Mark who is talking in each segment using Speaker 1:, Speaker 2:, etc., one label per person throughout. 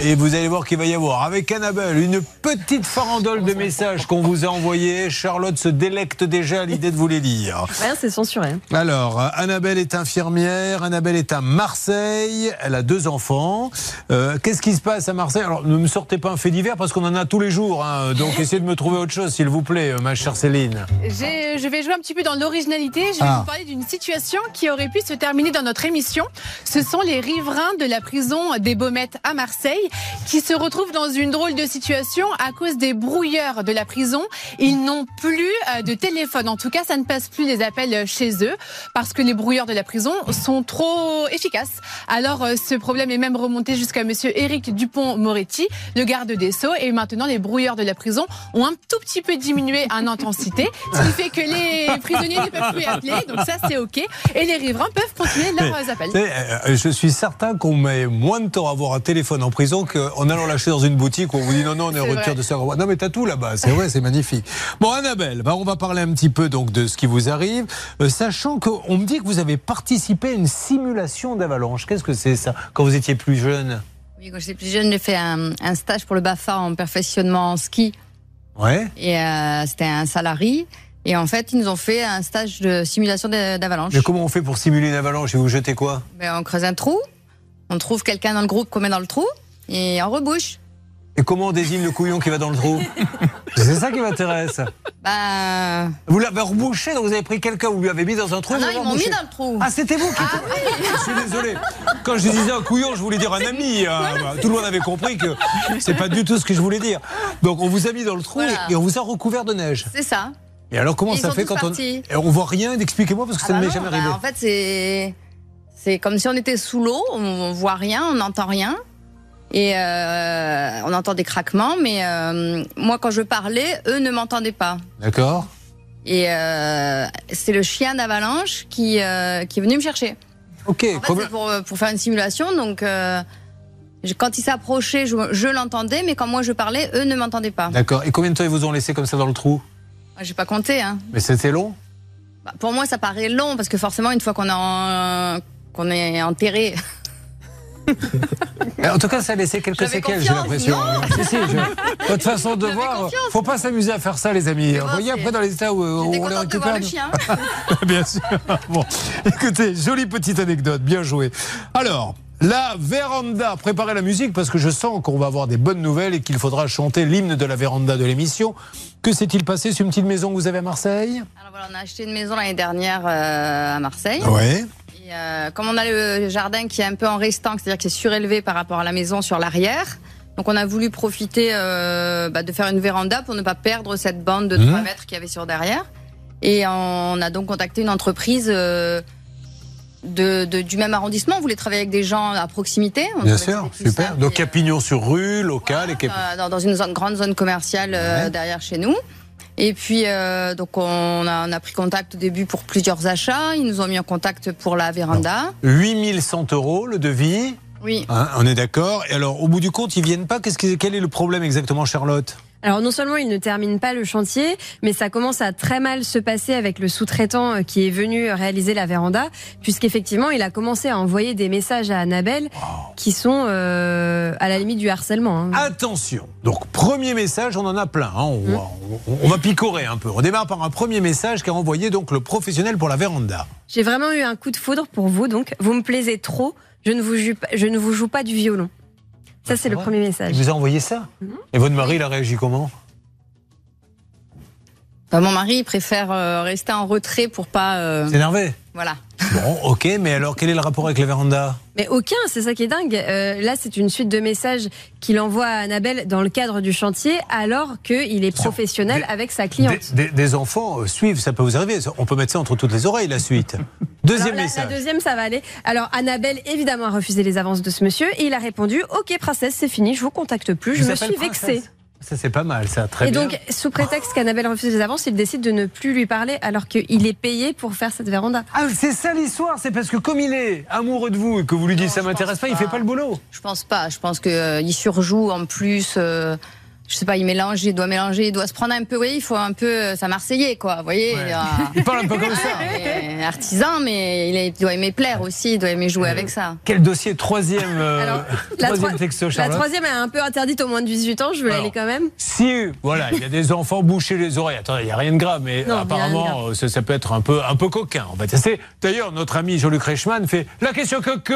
Speaker 1: Et vous allez voir qu'il va y avoir avec Annabelle une petite farandole de messages qu'on vous a envoyés. Charlotte se délecte déjà à l'idée de vous les lire.
Speaker 2: Rien, c'est censuré. hein.
Speaker 1: Alors, euh, Annabelle est infirmière, Annabelle est à Marseille, elle a deux enfants. Euh, Qu'est-ce qui se passe à Marseille Alors, ne me sortez pas un fait divers parce qu'on en a tous les jours. hein. donc, essayez de me trouver autre chose, s'il vous plaît, euh, ma chère Céline.
Speaker 3: J'ai- Je vais jouer un petit peu dans l'originalité. Je vais
Speaker 1: Ah.
Speaker 3: vous parler d'une situation qui aurait pu se terminer dans notre émission. Ce sont les riverains de la prison des Baumettes à Marseille qui se retrouvent dans une drôle de situation à cause des brouilleurs de la prison. Ils n'ont plus euh, de téléphone. En tout cas, ça ne passe plus les appels euh, chez eux parce que les brouilleurs de la prison sont trop efficaces. Alors, euh, ce problème est même remonté jusqu'à monsieur Éric Dupont-Moretti, le garde des Sceaux. Et maintenant, les brouilleurs de la prison ont un tout petit peu diminué en intensité, ce qui fait que les prisonniers ne peuvent plus appeler, donc ça c'est ok. Et les riverains peuvent continuer leurs appels.
Speaker 1: Tu sais, euh, je suis certain qu'on met moins de temps à avoir un téléphone en prison qu'en allant lâcher dans une boutique où on vous dit non, non, on est en
Speaker 3: C'est
Speaker 1: rupture
Speaker 3: vrai.
Speaker 1: de serveur. Non, mais t'as tout là-bas, c'est vrai, c'est magnifique. Bon, Annabelle, bah, on va parler un petit peu donc de ce qui vous arrive, euh, sachant qu'on me dit que vous avez participé à une simulation d'avalanche. Qu'est-ce que c'est ça Quand vous étiez plus jeune
Speaker 4: Oui, quand j'étais plus jeune, j'ai fait un, un stage pour le BAFA en perfectionnement en ski.
Speaker 1: Ouais.
Speaker 4: Et euh, c'était un salarié. Et en fait, ils nous ont fait un stage de simulation d'a- d'avalanche.
Speaker 1: Mais comment on fait pour simuler une avalanche et vous jetez quoi
Speaker 4: Ben, on creuse un trou, on trouve quelqu'un dans le groupe qu'on met dans le trou et on rebouche.
Speaker 1: Et comment on désigne le couillon qui va dans le trou C'est ça qui m'intéresse.
Speaker 4: Ben,
Speaker 1: Vous l'avez rebouché, donc vous avez pris quelqu'un, vous lui avez mis dans un trou.
Speaker 4: ah
Speaker 1: vous
Speaker 4: non,
Speaker 1: l'avez
Speaker 4: ils m'ont mis
Speaker 1: rebouché.
Speaker 4: dans le trou.
Speaker 1: Ah, c'était vous qui étiez- Je suis désolé. Quand je disais un couillon, je voulais dire un ami. hein. Tout le monde avait compris que c'est pas du tout ce que je voulais dire. Donc on vous a mis dans le trou
Speaker 4: Voilà.
Speaker 1: et on vous a recouvert de neige.
Speaker 4: C'est ça.
Speaker 1: Et alors comment
Speaker 4: Ils
Speaker 1: ça
Speaker 4: sont
Speaker 1: fait
Speaker 4: tous
Speaker 1: quand on
Speaker 4: partis.
Speaker 1: Et on voit rien Expliquez-moi parce que
Speaker 4: Ah
Speaker 1: ça
Speaker 4: bah
Speaker 1: ne m'est
Speaker 4: non,
Speaker 1: jamais
Speaker 4: bah,
Speaker 1: arrivé.
Speaker 4: en fait, c'est c'est comme si on était sous l'eau, on, on voit rien, on n'entend rien. Et euh, on entend des craquements, mais euh, moi, quand je parlais, eux ne m'entendaient pas.
Speaker 1: D'accord.
Speaker 4: Et euh, c'est le chien d'avalanche qui, euh, qui est venu me chercher.
Speaker 1: Ok.
Speaker 4: En fait,
Speaker 1: combien-
Speaker 4: c'est pour, euh, pour faire une simulation, donc euh, je- quand il s'approchait, je, je l'entendais, mais quand moi je parlais, eux ne m'entendaient pas. Moi,
Speaker 1: D'accord. Et combien de temps ils vous ont laissé comme ça dans le trou
Speaker 4: J'ai pas compté. Hein.
Speaker 1: Mais c'était long.
Speaker 4: Bah, pour moi, ça paraît long parce que forcément, une fois qu'on est en- qu'on est enterré,
Speaker 1: Mais Euh, En tout cas, ça a laissé quelques
Speaker 4: J'avais
Speaker 1: séquelles, j'ai
Speaker 4: confiance,
Speaker 1: l'impression. Si, si, je- Votre façon de
Speaker 4: J'avais
Speaker 1: voir,
Speaker 4: confiance.
Speaker 1: faut pas s'amuser à faire ça, les amis.
Speaker 4: bon,
Speaker 1: Vous voyez,
Speaker 4: c'est-
Speaker 1: après, dans les états où euh,
Speaker 4: j'étais
Speaker 1: on les
Speaker 4: contente de
Speaker 1: récupère.
Speaker 4: voir le
Speaker 1: nous.
Speaker 4: chien.
Speaker 1: Bien sûr. Bon, écoutez, jolie petite anecdote, bien joué. Alors, la véranda, préparez la musique parce que je sens qu'on va avoir des bonnes nouvelles et qu'il faudra chanter l'hymne de la véranda de l'émission. Que s'est-il passé sur une petite maison que vous avez à Marseille
Speaker 4: Alors voilà, on a acheté une maison l'année dernière euh, à Marseille.
Speaker 1: Ouais.
Speaker 4: Et, euh, comme on a le jardin qui est un peu en restant, c'est-à-dire qui est surélevé par rapport à la maison sur l'arrière, donc on a voulu profiter euh, bah, de faire une véranda pour ne pas perdre cette bande de
Speaker 1: Mhm.
Speaker 4: 3 mètres qu'il y avait sur derrière. Et on a donc contacté une entreprise euh, de, de- du même arrondissement. On voulait travailler avec des gens à proximité. On
Speaker 1: Bien
Speaker 4: trouvait que
Speaker 1: sûr,
Speaker 4: c'était plus
Speaker 1: super.
Speaker 4: simple
Speaker 1: Donc,
Speaker 4: et, euh,
Speaker 1: Capignon sur rue, local. et Cap-
Speaker 4: euh, dans, dans une zone- grande zone commerciale euh,
Speaker 1: Ouais.
Speaker 4: derrière chez nous. Et puis, euh, donc, on a, on a pris contact au début pour plusieurs achats. Ils nous ont mis en contact pour la véranda.
Speaker 1: 8100 euros le devis.
Speaker 4: Oui.
Speaker 1: Hein, on est d'accord. Et alors, au bout du compte, ils viennent pas. Qu'est-ce qui- quel est le problème exactement, Charlotte
Speaker 2: Alors non seulement il ne termine pas le chantier, mais ça commence à très mal se passer avec le sous-traitant euh, qui est venu réaliser la véranda, puisqu'effectivement il a commencé à envoyer des messages à Annabelle qui sont euh, à la limite du harcèlement.
Speaker 1: Ah.
Speaker 2: hein.
Speaker 1: Attention. Donc, premier message, on en a plein. hein. On, va, on- on va picorer un peu. On démarre par un premier message qu'a envoyé donc le professionnel pour la véranda.
Speaker 2: J'ai vraiment eu un coup de foudre pour vous, donc vous me plaisez trop, je ne vous joue, pas- je ne vous joue pas du violon. Ça
Speaker 1: c'est
Speaker 2: c'est le
Speaker 1: vrai.
Speaker 2: premier
Speaker 1: Il
Speaker 2: message.
Speaker 1: vous a envoyé ça Et votre mari, il a réagi comment
Speaker 4: Bah, mon mari il préfère euh, rester en retrait pour pas. euh,
Speaker 1: C'est énervé.
Speaker 4: voilà.
Speaker 1: Bon, ok, mais alors quel est le rapport avec la véranda
Speaker 2: Mais aucun, c'est ça qui est dingue. Euh, là, c'est une suite de messages qu'il envoie à Annabelle dans le cadre du chantier, alors qu'il est
Speaker 1: Sur-
Speaker 2: professionnel
Speaker 1: des-
Speaker 2: avec sa
Speaker 1: des,
Speaker 2: cliente.
Speaker 1: des- des enfants euh, suivent, ça peut vous arriver. On peut mettre ça entre toutes les oreilles, la suite. Deuxième
Speaker 2: Alors, la- la,
Speaker 1: message.
Speaker 2: deuxième, ça va aller. Alors, Annabelle, évidemment, a refusé les avances de ce monsieur et il a répondu Ok, princesse, c'est fini, je vous contacte plus, je
Speaker 1: Vous
Speaker 2: me
Speaker 1: appelle
Speaker 2: suis
Speaker 1: princesse.
Speaker 2: vexée.
Speaker 1: Ça, c'est pas mal, ça. Très
Speaker 2: et
Speaker 1: bien.
Speaker 2: donc, sous prétexte qu'Annabelle refuse les avances, il décide de ne plus lui parler alors qu'il est payé pour faire cette véranda.
Speaker 1: Ah, c'est ça l'histoire, c'est parce que comme il est amoureux de vous et que vous lui dites
Speaker 4: Non,
Speaker 1: ça
Speaker 4: je
Speaker 1: m'intéresse pas,
Speaker 4: pense
Speaker 1: il
Speaker 4: pas.
Speaker 1: fait pas le boulot.
Speaker 4: Je pense pas. Je pense que euh, il surjoue en plus. euh, je sais pas, il mélange, il doit mélanger, il doit se prendre un peu. Vous voyez, il faut un peu, euh, ça marseillais quoi. Vous voyez,
Speaker 5: Ouais.
Speaker 4: il doit-
Speaker 5: Il parle un peu comme ça.
Speaker 4: Ouais, artisan, mais il est- il doit aimer plaire aussi, il doit aimer jouer avec ça.
Speaker 5: Quel dossier Troisième, euh,
Speaker 2: Alors, la
Speaker 5: troisième
Speaker 2: troi-
Speaker 5: texto,
Speaker 2: La
Speaker 5: Charlotte.
Speaker 2: troisième est un peu interdite au moins de 18 ans, je veux
Speaker 5: Alors.
Speaker 2: l'aller quand même.
Speaker 5: Si, voilà, il y a des enfants bouchés les oreilles. Attendez, il n'y a rien de grave, mais
Speaker 2: Non, il y a rien de
Speaker 5: apparemment, euh, ça, ça peut être un peu, un peu coquin. En fait. C'est- D'ailleurs, notre ami Jean-Luc Reichmann fait la question coco,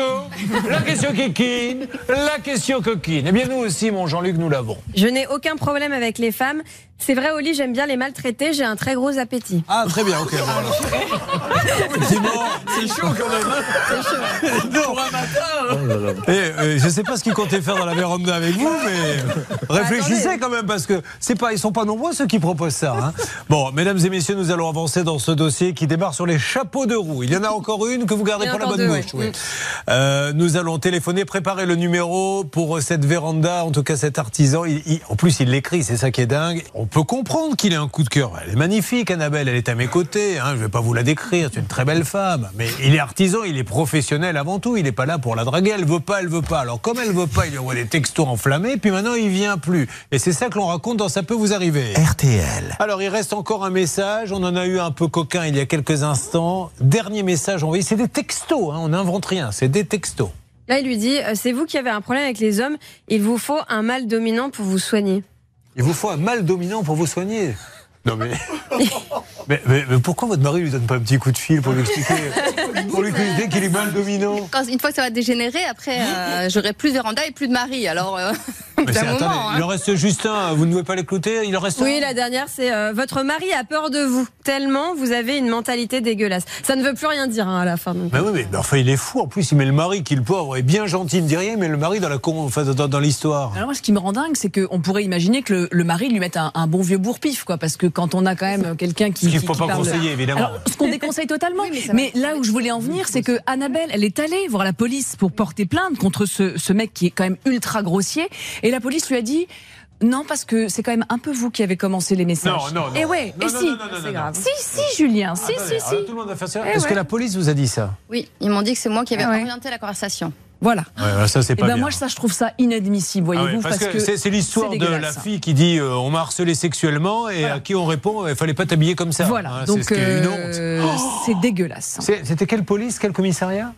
Speaker 5: la question kikine, la question coquine. Eh bien, nous aussi, mon Jean-Luc, nous l'avons.
Speaker 2: Je n'ai aucun problème avec les femmes. C'est vrai, au lit, j'aime bien les maltraiter, j'ai un très gros appétit.
Speaker 1: Ah, très bien, ok.
Speaker 5: C'est chaud quand même. hein.
Speaker 1: euh, je sais pas ce qu'ils comptaient faire dans la véranda avec vous, mais
Speaker 2: Bah,
Speaker 1: réfléchissez quand même, parce que c'est pas, ils sont pas nombreux ceux qui proposent ça. hein. Bon, mesdames et messieurs, nous allons avancer dans ce dossier qui débarre sur les chapeaux de roue. Il y en a encore une que vous gardez
Speaker 2: Il y en
Speaker 1: pour
Speaker 2: a
Speaker 1: la
Speaker 2: encore
Speaker 1: bonne
Speaker 2: deux,
Speaker 1: bouche.
Speaker 2: ouais.
Speaker 1: oui. Euh, nous allons téléphoner, préparer le numéro pour euh, cette véranda, en tout cas cet artisan. Il- il- en plus, il l'écrit, c'est ça qui est dingue. On peut comprendre qu'il ait un coup de cœur. Elle est magnifique, Annabelle, elle est à mes côtés. hein, je vais pas vous la décrire, c'est une très belle femme. Mais il est artisan, il est professionnel avant tout. Il n'est pas là pour la draguer. Elle veut pas, elle veut pas. Alors comme elle veut pas, il lui envoie des textos enflammés. Puis maintenant, il vient plus. Et c'est ça que l'on raconte dans Ça peut vous arriver.
Speaker 6: RTL.
Speaker 1: Alors, il reste encore un message. On en a eu un peu coquin il y a quelques instants. Dernier message envoyé. C'est des textos. hein, On n'invente rien. C'est des textos.
Speaker 2: Là, il lui dit euh, C'est vous qui avez un problème avec les hommes, il vous faut un mâle dominant pour vous soigner.
Speaker 1: Il vous faut un mal dominant pour vous soigner. Non, mais. mais, mais- mais pourquoi votre mari lui donne pas un petit coup de fil pour lui expliquer Pour lui expliquer qu'il est mal dominant
Speaker 4: Quand, une fois que ça va dégénérer, après, euh, j'aurai plus de véranda et plus de mari. Alors, euh, au bout
Speaker 1: Mais c'est-
Speaker 4: d'un moment.
Speaker 1: attendez,
Speaker 4: hein.
Speaker 1: Il en reste juste un. Vous ne pouvez pas l'écouter Il en reste
Speaker 2: Oui,
Speaker 1: un.
Speaker 2: la dernière, c'est euh, Votre mari a peur de vous, tellement vous avez une mentalité dégueulasse. Ça ne veut plus rien dire hein, à la fin. donc.
Speaker 1: Mais Ben oui, mais mais enfin, il est fou. En plus, il met le mari qui, le pauvre, est bien gentil, il me dit rien, mais le mari dans la con, enfin, dans, dans l'histoire.
Speaker 7: Alors moi, ce qui me rend dingue, c'est qu'on pourrait imaginer que le, le mari lui mette un, un bon vieux bourre-pif, quoi, parce que quand on a quand même quelqu'un qui,
Speaker 1: Ce qu'il
Speaker 7: qui-
Speaker 1: faut
Speaker 7: qui
Speaker 1: pas
Speaker 7: parle-
Speaker 1: conseiller, évidemment.
Speaker 7: Alors, ce qu'on déconseille totalement.
Speaker 4: Oui, mais ça
Speaker 7: mais
Speaker 4: va.
Speaker 7: là où je voulais en venir, c'est que Annabelle, elle est allée voir la police pour porter plainte contre ce, ce mec qui est quand même ultra grossier, et la police lui a dit non parce que c'est quand même un peu vous qui avez commencé les messages.
Speaker 5: Non, non, non.
Speaker 7: Et Eh ouais,
Speaker 5: Non,
Speaker 7: et
Speaker 5: non,
Speaker 7: si,
Speaker 5: non, non, non, non,
Speaker 2: C'est
Speaker 5: non.
Speaker 2: grave.
Speaker 7: si, si, Julien,
Speaker 1: Ah,
Speaker 7: si,
Speaker 1: bah,
Speaker 5: Attendez,
Speaker 7: si, si.
Speaker 1: alors, tout le monde va faire ça.
Speaker 7: Eh
Speaker 1: Est-ce
Speaker 7: ouais.
Speaker 1: que la police vous a dit ça
Speaker 4: Oui, ils m'ont dit que c'est moi qui avais
Speaker 7: Ah ouais.
Speaker 4: orienté la conversation.
Speaker 7: Voilà.
Speaker 1: Ouais, ça, c'est
Speaker 7: Et
Speaker 1: pas
Speaker 7: ben
Speaker 1: bien.
Speaker 7: moi, ça, je trouve ça inadmissible,
Speaker 1: Ah ouais,
Speaker 7: voyez-vous,
Speaker 1: parce, que, c'est c'est l'histoire
Speaker 7: c'est
Speaker 1: de la
Speaker 7: dégueulasse.
Speaker 1: fille qui dit euh, on m'a harcelé sexuellement et à qui on répond il fallait pas t'habiller comme ça.
Speaker 7: Voilà,
Speaker 1: Hein, c'est
Speaker 7: donc
Speaker 1: ce qui est une honte.
Speaker 7: euh, c'est dégueulasse.
Speaker 1: C'est- C'était quelle police, quel commissariat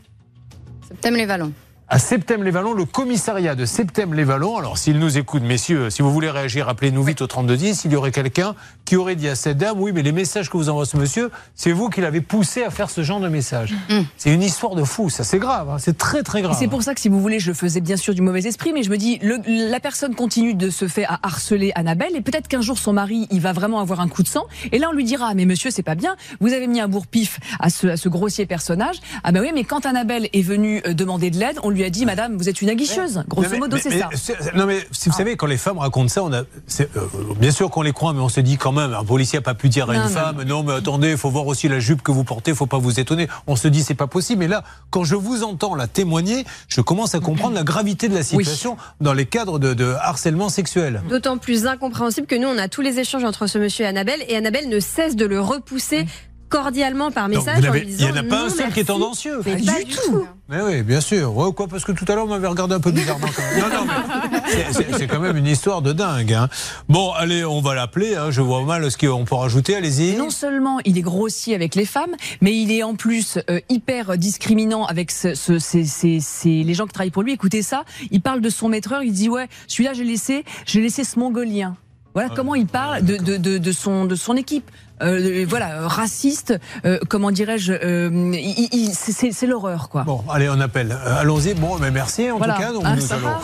Speaker 4: Septem les vallons.
Speaker 1: à Septem-les-Vallons, le commissariat de Septem-les-Vallons. Alors, s'il nous écoute, messieurs, si vous voulez réagir, appelez-nous vite au 3210. Il y aurait quelqu'un qui aurait dit à cette dame Oui, mais les messages que vous envoie ce monsieur, c'est vous qui l'avez poussé à faire ce genre de message. C'est une histoire de fou, ça, c'est grave, hein, c'est très, très grave.
Speaker 7: C'est pour ça que si vous voulez, je le faisais bien sûr du mauvais esprit, mais je me dis, le- la personne continue de se faire à harceler Annabelle, et peut-être qu'un jour son mari, il va vraiment avoir un coup de sang, et là on lui dira, mais monsieur, c'est pas bien, vous avez mis un bourre-pif à ce, à ce grossier personnage. Ah ben oui, mais quand Annabelle est venue euh, demander de l'aide, on lui a dit, madame, vous êtes une aguicheuse. Grosso
Speaker 1: Non, mais-
Speaker 7: modo,
Speaker 1: mais-
Speaker 7: c'est
Speaker 1: mais-
Speaker 7: ça. Ah.
Speaker 1: c'est- Non, mais si vous savez, quand les femmes racontent ça, on a, c'est- euh, bien sûr qu'on les croit, mais on se dit quand même, un policier n'a pas pu dire à
Speaker 7: Non,
Speaker 1: une
Speaker 7: non.
Speaker 1: femme, non, mais attendez, il faut voir aussi la jupe que vous portez, faut pas vous étonner. On se dit, c'est pas possible. Mais là, quand je vous entends la témoigner, je commence à comprendre la gravité de la situation dans les cadres de, de harcèlement sexuel.
Speaker 2: D'autant plus incompréhensible que nous, on a tous les échanges entre ce monsieur et Annabelle, et Annabelle ne cesse de le repousser cordialement par
Speaker 1: Non,
Speaker 2: message.
Speaker 1: vous l'avez-
Speaker 2: en
Speaker 1: il
Speaker 2: lui
Speaker 1: n'y
Speaker 2: disant,
Speaker 1: en Ah, a pas
Speaker 2: Non,
Speaker 1: un seul qui est
Speaker 2: merci.
Speaker 1: tendancieux.
Speaker 2: Mais
Speaker 7: Pas
Speaker 2: pas
Speaker 7: du
Speaker 2: du tout.
Speaker 1: Mais oui, bien sûr. Ouais, quoi, parce que tout à l'heure, on m'avait regardé un peu bizarrement quand même. Non, non, mais c'est- c'est- c'est quand même une histoire de dingue. hein. Bon, allez, on va l'appeler. hein. Je vois mal ce qu'on peut rajouter. Allez-y.
Speaker 7: Et non seulement il est grossier avec les femmes, mais il est en plus euh, hyper discriminant avec ce, ce- ces- ces- ces- les gens qui travaillent pour lui. Écoutez ça, il parle de son maîtreur, il dit ouais, celui-là j'ai laissé, j'ai laissé ce mongolien. Voilà
Speaker 1: Ah,
Speaker 7: comment il parle de, de, de, de son, de son équipe. Euh, voilà, euh, raciste, euh, comment dirais-je, euh, il- il- c'est- c'est c'est l'horreur quoi.
Speaker 1: Bon, allez, on appelle. Euh, Allons-y. Bon, mais merci en
Speaker 7: Voilà.
Speaker 1: tout cas. Donc,
Speaker 7: Ah,
Speaker 1: nous
Speaker 7: ça va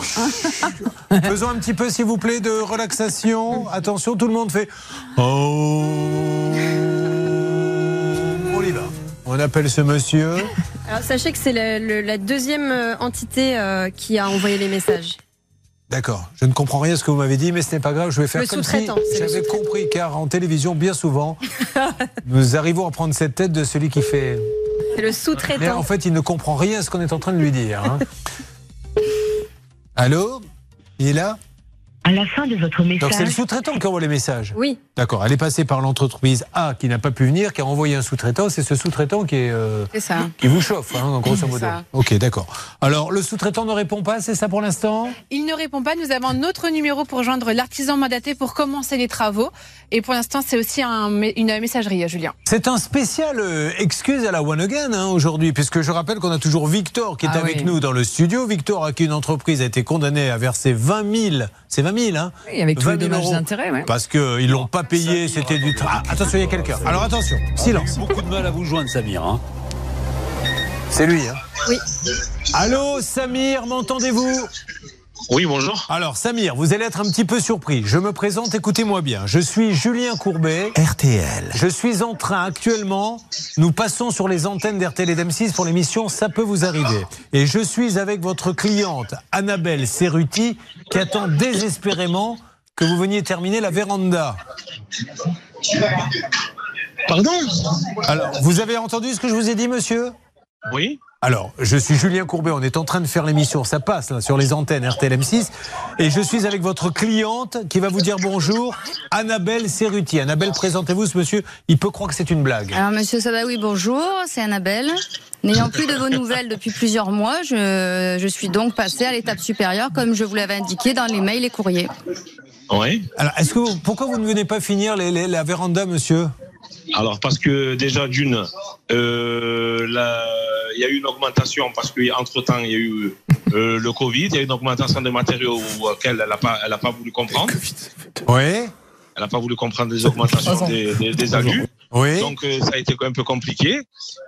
Speaker 1: allons- Faisons un petit peu, s'il vous plaît, de relaxation. Attention, tout le monde fait. Oh. On y va. On appelle ce monsieur.
Speaker 2: Alors, sachez que c'est la, le- la deuxième euh, entité euh, qui a envoyé les messages.
Speaker 1: D'accord, je ne comprends rien à ce que vous m'avez dit, mais ce n'est pas grave, je vais faire
Speaker 2: Le
Speaker 1: comme si
Speaker 2: sous-traitant, c'est le
Speaker 1: j'avais compris, car en télévision, bien souvent, nous arrivons à prendre cette tête de celui qui fait...
Speaker 2: C'est le
Speaker 1: Mais en
Speaker 2: sous-traitant.
Speaker 1: fait, il ne comprend rien à ce qu'on est en train de lui dire. hein. Allô Il est là
Speaker 8: À la fin de votre
Speaker 1: Donc c'est le
Speaker 8: message,
Speaker 1: sous-traitant qui envoie les messages.
Speaker 2: Oui,
Speaker 1: D'accord, elle est passée par l'entreprise A qui n'a pas pu venir, qui a envoyé un sous-traitant. C'est ce sous-traitant qui est. euh,
Speaker 4: C'est ça.
Speaker 1: qui vous chauffe, hein, grosso modo.
Speaker 4: ça.
Speaker 1: Ok, d'accord. Alors, le sous-traitant ne répond pas, c'est ça pour l'instant
Speaker 3: Il ne répond pas. Nous avons un autre numéro pour joindre l'artisan mandaté pour commencer les travaux. Et pour l'instant, c'est aussi un me- une messagerie, hein, Julien.
Speaker 1: C'est un spécial euh, excuse à la One Again hein, aujourd'hui, puisque je rappelle qu'on a toujours Victor qui est
Speaker 7: Ah
Speaker 1: avec
Speaker 7: oui.
Speaker 1: nous dans le studio. Victor, à qui une entreprise a été condamnée à verser 20 000, c'est 20 000, hein,
Speaker 7: Oui, avec tous
Speaker 1: 20
Speaker 7: les
Speaker 1: 000
Speaker 7: dommages
Speaker 1: euros.
Speaker 7: d'intérêt, ouais.
Speaker 1: parce qu'ils l'ont pas payé, c'était du travail. attention, il y a quelqu'un. Alors attention, silence.
Speaker 6: Beaucoup de mal à vous joindre, Samir. hein.
Speaker 1: C'est lui. Hein. Allô, Samir, m'entendez-vous
Speaker 8: Oui, bonjour.
Speaker 1: Alors Samir, vous allez être un petit peu surpris. Je me présente, écoutez-moi bien. Je suis Julien Courbet, RTL. Je suis en train actuellement, nous passons sur les antennes d'RTL et d'M6 pour l'émission Ça peut vous arriver. Et je suis avec votre cliente Annabelle Cerruti qui attend désespérément que vous veniez terminer la véranda.
Speaker 8: Pardon
Speaker 1: Alors, vous avez entendu ce que je vous ai dit, monsieur
Speaker 8: Oui
Speaker 1: Alors, je suis Julien Courbet, on est en train de faire l'émission, ça passe là, sur les antennes RTLM6, et je suis avec votre cliente qui va vous dire bonjour, Annabelle Cerruti. Annabelle, présentez-vous ce monsieur, il peut croire que c'est une blague.
Speaker 4: Alors, monsieur Sadawi, bonjour, c'est Annabelle. N'ayant plus de vos nouvelles depuis plusieurs mois, je, je suis donc passée à l'étape supérieure, comme je vous l'avais indiqué dans les mails et courriers.
Speaker 8: Oui.
Speaker 1: Alors, est-ce que vous- pourquoi vous ne venez pas finir les- les- la véranda, monsieur
Speaker 8: Alors, parce que déjà, d'une, euh, la- il y a eu une augmentation, parce qu'entre-temps, il y a eu euh, le Covid, il y a eu une augmentation de matériaux auxquels elle n'a pas, elle a pas voulu comprendre.
Speaker 1: Oui,
Speaker 8: Elle n'a pas voulu comprendre les augmentations des, des, des abus.
Speaker 1: oui.
Speaker 8: Donc, euh, ça a été un peu compliqué.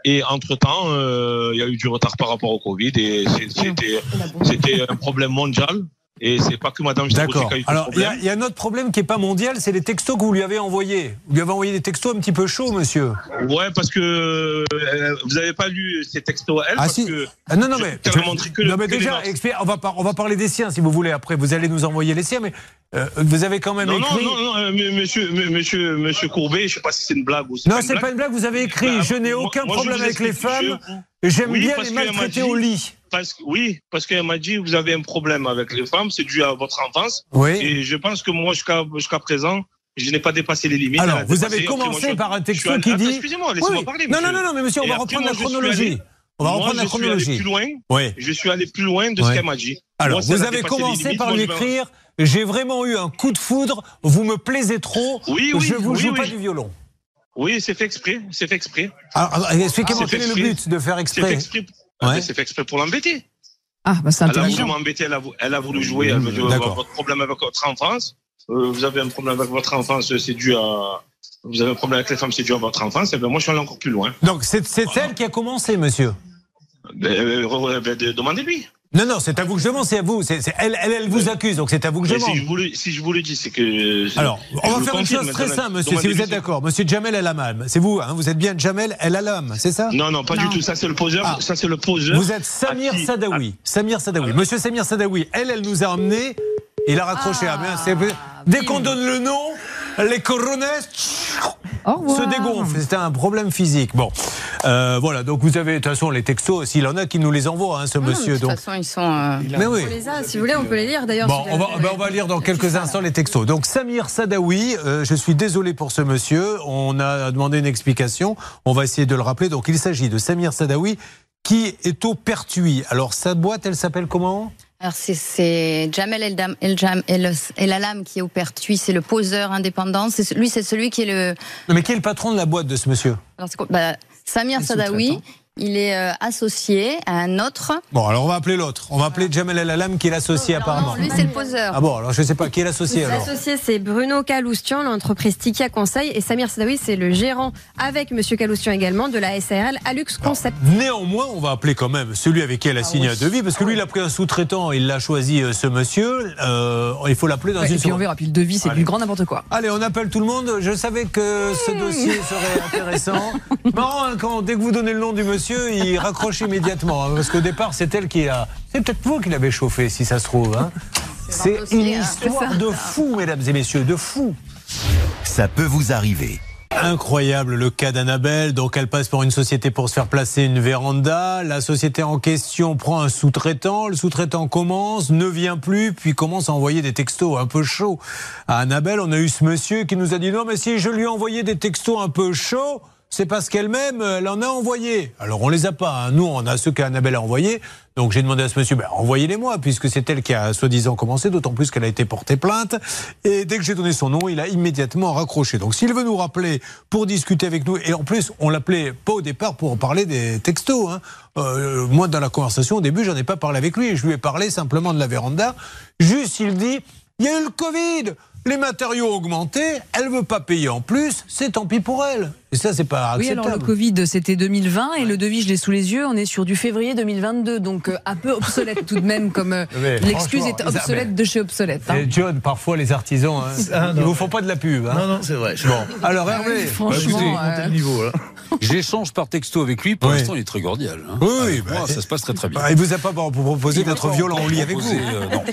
Speaker 8: Et entre-temps, euh, il y a eu du retard par rapport au Covid et c'est- c'était c'était un problème mondial. Et c'est pas que Madame Chirouchi
Speaker 1: D'accord.
Speaker 8: qui a eu ce
Speaker 1: Alors, il y, a-
Speaker 8: problème.
Speaker 1: il y a un autre problème qui n'est pas mondial, c'est les textos que vous lui avez envoyés. Vous lui avez envoyé des textos un petit peu chauds, monsieur.
Speaker 8: Ouais, parce que euh, vous n'avez pas lu ces textos à elle.
Speaker 1: Ah,
Speaker 8: parce
Speaker 1: si.
Speaker 8: que
Speaker 1: Ah, non, non,
Speaker 8: Je
Speaker 1: mais.
Speaker 8: te montre que le-
Speaker 1: non, mais
Speaker 8: que les
Speaker 1: déjà,
Speaker 8: notes.
Speaker 1: expli- on, va par- on va parler des siens si vous voulez après. Vous allez nous envoyer les siens, mais euh, vous avez quand même
Speaker 8: Non, non,
Speaker 1: écrit.
Speaker 8: non, non, euh, mais monsieur, mais monsieur, monsieur Courbet, je sais pas si c'est une blague ou
Speaker 1: Non, c'est pas une blague, vous avez écrit.
Speaker 8: Bah,
Speaker 1: Je n'ai
Speaker 8: moi-
Speaker 1: aucun
Speaker 8: moi, je
Speaker 1: problème
Speaker 8: vous
Speaker 1: avec les
Speaker 8: explique,
Speaker 1: femmes.
Speaker 8: je-
Speaker 1: J'aime
Speaker 8: Oui,
Speaker 1: bien
Speaker 8: parce
Speaker 1: les
Speaker 8: qu'elle m'a
Speaker 1: maltraiter
Speaker 8: dit-
Speaker 1: au lit.
Speaker 8: Parce, que- oui, parce qu'elle m'a dit, vous avez un problème avec les femmes, c'est dû à votre enfance.
Speaker 1: Oui.
Speaker 8: Et je pense que moi, jusqu'à jusqu'à présent, je n'ai pas dépassé les limites. Elle
Speaker 1: Alors,
Speaker 8: a
Speaker 1: vous
Speaker 8: dépassé.
Speaker 1: avez
Speaker 8: Après, moi,
Speaker 1: commencé
Speaker 8: je-
Speaker 1: par un
Speaker 8: je suis
Speaker 1: texto
Speaker 8: allé-
Speaker 1: qui
Speaker 8: Attends,
Speaker 1: dit.
Speaker 8: Excusez-moi,
Speaker 1: Oui.
Speaker 8: laissez-moi parler.
Speaker 1: non, non,
Speaker 8: monsieur.
Speaker 1: non, non, mais monsieur, on
Speaker 8: Et
Speaker 1: va
Speaker 8: après,
Speaker 1: reprendre
Speaker 8: moi,
Speaker 1: la
Speaker 8: je suis
Speaker 1: chronologie.
Speaker 8: allé-
Speaker 1: On va
Speaker 8: Moi,
Speaker 1: reprendre la
Speaker 8: je suis allé
Speaker 1: chronologie.
Speaker 8: Plus loin,
Speaker 1: Oui.
Speaker 8: je suis allé plus loin de
Speaker 1: Ouais.
Speaker 8: ce qu'elle m'a dit.
Speaker 1: Alors,
Speaker 8: Moi, si elle
Speaker 1: vous
Speaker 8: a
Speaker 1: avez
Speaker 8: dépassé les
Speaker 1: commencé
Speaker 8: limites,
Speaker 1: par
Speaker 8: moi, je
Speaker 1: lui
Speaker 8: vais-
Speaker 1: écrire J'ai vraiment eu un coup de foudre, vous me plaisez trop,
Speaker 8: Oui, oui,
Speaker 1: je vous
Speaker 8: oui,
Speaker 1: joue
Speaker 8: oui.
Speaker 1: pas du violon.
Speaker 8: Oui, c'est fait exprès. C'est fait exprès.
Speaker 1: Alors, alors, expliquez-moi
Speaker 8: Ah, c'est
Speaker 1: quel est le
Speaker 8: exprès.
Speaker 1: but de faire
Speaker 8: C'est fait
Speaker 1: exprès.
Speaker 8: exprès. Ah,
Speaker 1: Ouais.
Speaker 8: mais C'est fait exprès pour l'embêter.
Speaker 7: Ah, bah, c'est
Speaker 8: Elle a voulu
Speaker 7: intelligent.
Speaker 8: m'embêter, elle, a vou- elle a voulu jouer, elle me dit
Speaker 1: D'accord.
Speaker 8: votre problème avec votre enfance, euh, vous avez un problème avec votre enfance, c'est dû à. Vous avez un problème avec les femmes, c'est dû à votre enfance, et bien moi je suis allé encore plus loin.
Speaker 1: Donc, c'est c'est elle qui a commencé, monsieur.
Speaker 8: Ben, euh, re- ben, de- Demandez-lui.
Speaker 1: Non, non, c'est à vous que je demande, c'est à vous. C'est c'est- elle, elle, elle vous accuse, donc c'est à vous que je
Speaker 8: Euh, Mais Si
Speaker 1: demande.
Speaker 8: je vous le, si je vous le dis, c'est que. c'est-
Speaker 1: Alors,
Speaker 8: je
Speaker 1: on va
Speaker 8: le
Speaker 1: faire une
Speaker 8: confirme
Speaker 1: chose très
Speaker 8: maintenant.
Speaker 1: simple, monsieur, si
Speaker 8: Demandez-lui
Speaker 1: vous êtes
Speaker 8: si-
Speaker 1: d'accord. Monsieur Jamel El Amam, c'est vous, hein, vous êtes bien Jamel El Alam, c'est ça
Speaker 8: Non, non, pas
Speaker 4: Non.
Speaker 8: du tout. Ça, c'est le poseur.
Speaker 1: Ah.
Speaker 8: Ça, c'est le poseur.
Speaker 1: Vous êtes Samir
Speaker 8: Ah, si.
Speaker 1: Sadawi. Samir Sadawi. Monsieur Samir Sadawi, elle, elle nous a emmenés. Il a raccroché.
Speaker 4: Ah,
Speaker 1: Ah, bien, c'est- Dès
Speaker 4: bim.
Speaker 1: qu'on donne le nom, les coronets tch,
Speaker 7: Au revoir.
Speaker 1: se dégonflent. C'était un problème physique. Bon, Euh, voilà. Donc vous avez de toute façon les textos. S'il en a qui nous les envoie, hein, ce
Speaker 4: Non, mais
Speaker 1: monsieur.
Speaker 4: de toute
Speaker 1: Donc,
Speaker 4: façon, ils sont. euh,
Speaker 1: mais oui.
Speaker 2: On les a, si vous voulez, on peut les lire d'ailleurs.
Speaker 1: Bon,
Speaker 2: si vous
Speaker 1: on va,
Speaker 2: avez-
Speaker 1: ben, on va lire dans quelques instants les textos. Donc Samir Sadawi, euh, je suis désolé pour ce monsieur. On a demandé une explication. On va essayer de le rappeler. Donc il s'agit de Samir Sadawi qui est au Pertuis. Alors sa boîte, elle s'appelle comment
Speaker 4: Alors c'est- c'est Jamel Eldam- Eljam- El Alam qui est au Pertuis, c'est le poseur indépendant. C'est- Lui, c'est celui qui est le.
Speaker 1: Non, mais qui est le patron de la boîte de ce monsieur
Speaker 4: alors, c'est quoi Bah, Samir
Speaker 7: Le
Speaker 4: Sadawi,
Speaker 7: sous-traitant.
Speaker 4: il est euh, associé à un autre.
Speaker 1: Bon, alors on va appeler l'autre. On va appeler Jamel El Alam qui est l'associé
Speaker 4: Alors, non,
Speaker 1: apparemment.
Speaker 4: lui, c'est le poseur.
Speaker 1: Ah bon, alors je sais pas qui est l'associé alors.
Speaker 2: L'associé, c'est Bruno Caloustian, l'entreprise Tikia Conseil, et Samir Sadawi, c'est le gérant, avec Monsieur Caloustian également, de la SARL Alux Concept.
Speaker 1: Néanmoins, on va appeler quand même celui avec qui elle
Speaker 4: Ah
Speaker 1: a signé un devis, parce que lui, il a pris un sous-traitant, il l'a choisi, euh, ce monsieur. Euh, il faut l'appeler dans
Speaker 7: Ouais,
Speaker 1: une
Speaker 7: et puis on
Speaker 1: seconde.
Speaker 7: verra. Puis le devis, c'est
Speaker 1: Allez.
Speaker 7: du grand n'importe quoi.
Speaker 1: Allez, on appelle tout le monde. Je savais que ce dossier serait intéressant. Marrant, hein, quand, dès que vous donnez le nom du monsieur, il raccroche immédiatement. hein, parce qu'au départ, c'est elle qui a. C'est peut-être vous qui l'avez chauffé, si ça se trouve. hein. C'est
Speaker 4: dossier,
Speaker 1: une
Speaker 4: hein.
Speaker 1: histoire de fou, mesdames et messieurs, de fou.
Speaker 9: Ça peut vous arriver.
Speaker 1: Incroyable le cas d'Annabelle. Donc elle passe pour une société pour se faire placer une véranda. La société en question prend un sous-traitant. Le sous-traitant commence, ne vient plus, puis commence à envoyer des textos un peu chauds à Annabelle. On a eu ce monsieur qui nous a dit non mais si je lui ai envoyé des textos un peu chauds, c'est parce qu'elle-même, elle en a envoyé. Alors on les a pas. hein. Nous, on a ceux qu'Annabelle a envoyés. Donc j'ai demandé à ce monsieur, ben, envoyez-les-moi, puisque c'est elle qui a soi-disant commencé, d'autant plus qu'elle a été portée plainte. Et dès que j'ai donné son nom, il a immédiatement raccroché. Donc s'il veut nous rappeler pour discuter avec nous, et en plus, on l'appelait pas au départ pour parler des textos. hein. Euh, moi, dans la conversation, au début, j'en ai pas parlé avec lui. Je lui ai parlé simplement de la véranda. Juste, il dit, il y a eu le Covid les matériaux augmentés, elle veut pas payer en plus, c'est tant pis pour elle. Et ça, c'est pas
Speaker 7: Oui,
Speaker 1: acceptable.
Speaker 7: alors le Covid, c'était 2020 et le devis, je l'ai sous les yeux, on est sur du février 2022, donc euh, un peu obsolète tout de même, comme euh,
Speaker 1: Mais
Speaker 7: l'excuse
Speaker 1: franchement,
Speaker 7: est obsolète de chez obsolète. hein.
Speaker 1: Et John, parfois les artisans, hein,
Speaker 9: Ah,
Speaker 1: ils
Speaker 9: non,
Speaker 1: vous font pas de la pub. hein.
Speaker 9: Non, non, c'est vrai. Bon,
Speaker 1: Alors
Speaker 7: Bah,
Speaker 1: Hervé,
Speaker 7: Franchement,
Speaker 9: monter
Speaker 7: euh,
Speaker 9: le niveau, là.
Speaker 6: J'échange par texto avec lui. Pour
Speaker 1: Oui.
Speaker 6: l'instant, il est très cordial. hein.
Speaker 1: Oui,
Speaker 6: Avec
Speaker 1: bah,
Speaker 6: moi, ça se passe très très bien.
Speaker 1: bah, il vous a pas proposé d'être violent au lit avec vous.
Speaker 6: Proposer, euh, non.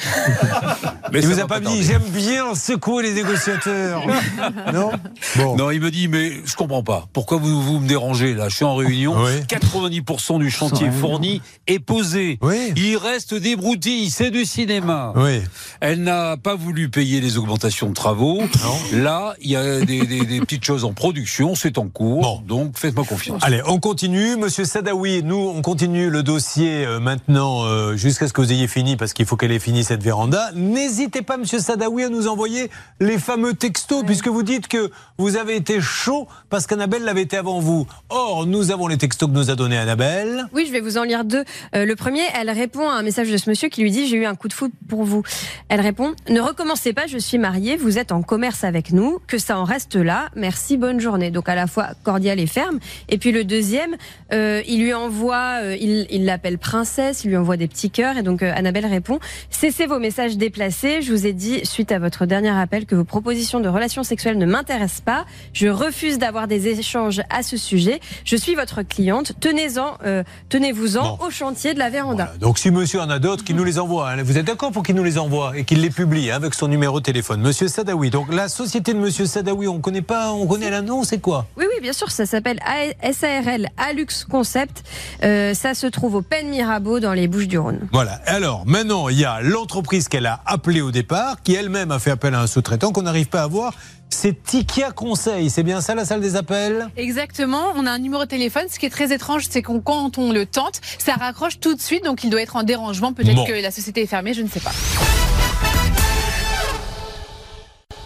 Speaker 6: Mais
Speaker 1: Il
Speaker 6: ça
Speaker 1: vous
Speaker 6: va
Speaker 1: a pas
Speaker 6: tarder.
Speaker 1: dit, j'aime bien secouer les négociateurs. non Bon.
Speaker 6: Non, il me dit, mais je comprends pas. Pourquoi vous, vous me dérangez là Je suis en réunion.
Speaker 1: Oui.
Speaker 6: 90% du chantier fourni est posé.
Speaker 1: Oui.
Speaker 6: Il reste des broutilles. C'est du cinéma.
Speaker 1: Oui.
Speaker 6: Elle n'a pas voulu payer les augmentations de travaux. Là, il y a des, des- des petites choses en production. C'est en cours.
Speaker 1: Bon.
Speaker 6: Donc, faites-moi confiance.
Speaker 1: Allez, on continue. Monsieur Sadawi, nous, on continue le dossier euh, maintenant euh, jusqu'à ce que vous ayez fini, parce qu'il faut qu'elle ait fini cette véranda. N'hésitez pas, monsieur Sadawi, à nous envoyer les fameux textos, puisque vous dites que vous avez été chaud parce qu'Annabelle l'avait été avant vous. Or, nous avons les textos que nous a donnés Annabelle.
Speaker 2: Oui, je vais vous en lire deux. Euh, le premier, elle répond à un message de ce monsieur qui lui dit J'ai eu un coup de foudre pour vous. Elle répond Ne recommencez pas, je suis mariée, vous êtes en commerce avec nous, que ça en reste là, merci, bonne journée. Donc à la fois cordiale et ferme. Et puis le deuxième, euh, il lui envoie, euh, il il l'appelle princesse, il lui envoie des petits cœurs. Et donc euh, Annabelle répond Cessez vos messages déplacés, je vous ai dit, suite à votre dernier appel, que vos propositions de relations sexuelles ne m'intéressent pas. Je refuse d'avoir des échanges à ce sujet. Je suis votre cliente. Tenez-en, euh, tenez-vous-en
Speaker 1: Bon.
Speaker 2: au chantier de la véranda.
Speaker 1: Voilà. Donc si monsieur en a d'autres, qu'il nous les envoie. hein. Vous êtes d'accord pour qu'il nous les envoie et qu'il les publie hein, avec son numéro de téléphone. Monsieur Sadawi. Donc la société de monsieur Sadawi, on connaît pas, on connaît la nom, c'est quoi
Speaker 2: Oui, oui, bien sûr, ça s'appelle A- SARL Alux Concept. Euh, ça se trouve au Pen Mirabeau dans les Bouches-du-Rhône.
Speaker 1: Voilà. Alors, maintenant, il y a l'entreprise qu'elle a appelée au départ, qui elle-même a fait appel à un sous-traitant qu'on n'arrive pas à voir. C'est Tikia Conseil. C'est bien ça, la salle des appels
Speaker 3: Exactement, on a un numéro de téléphone. Ce qui est très étrange, c'est qu'on quand on le tente, ça raccroche tout de suite, donc il doit être en dérangement. Peut-être
Speaker 1: Bon.
Speaker 3: que la société est fermée, je ne sais pas.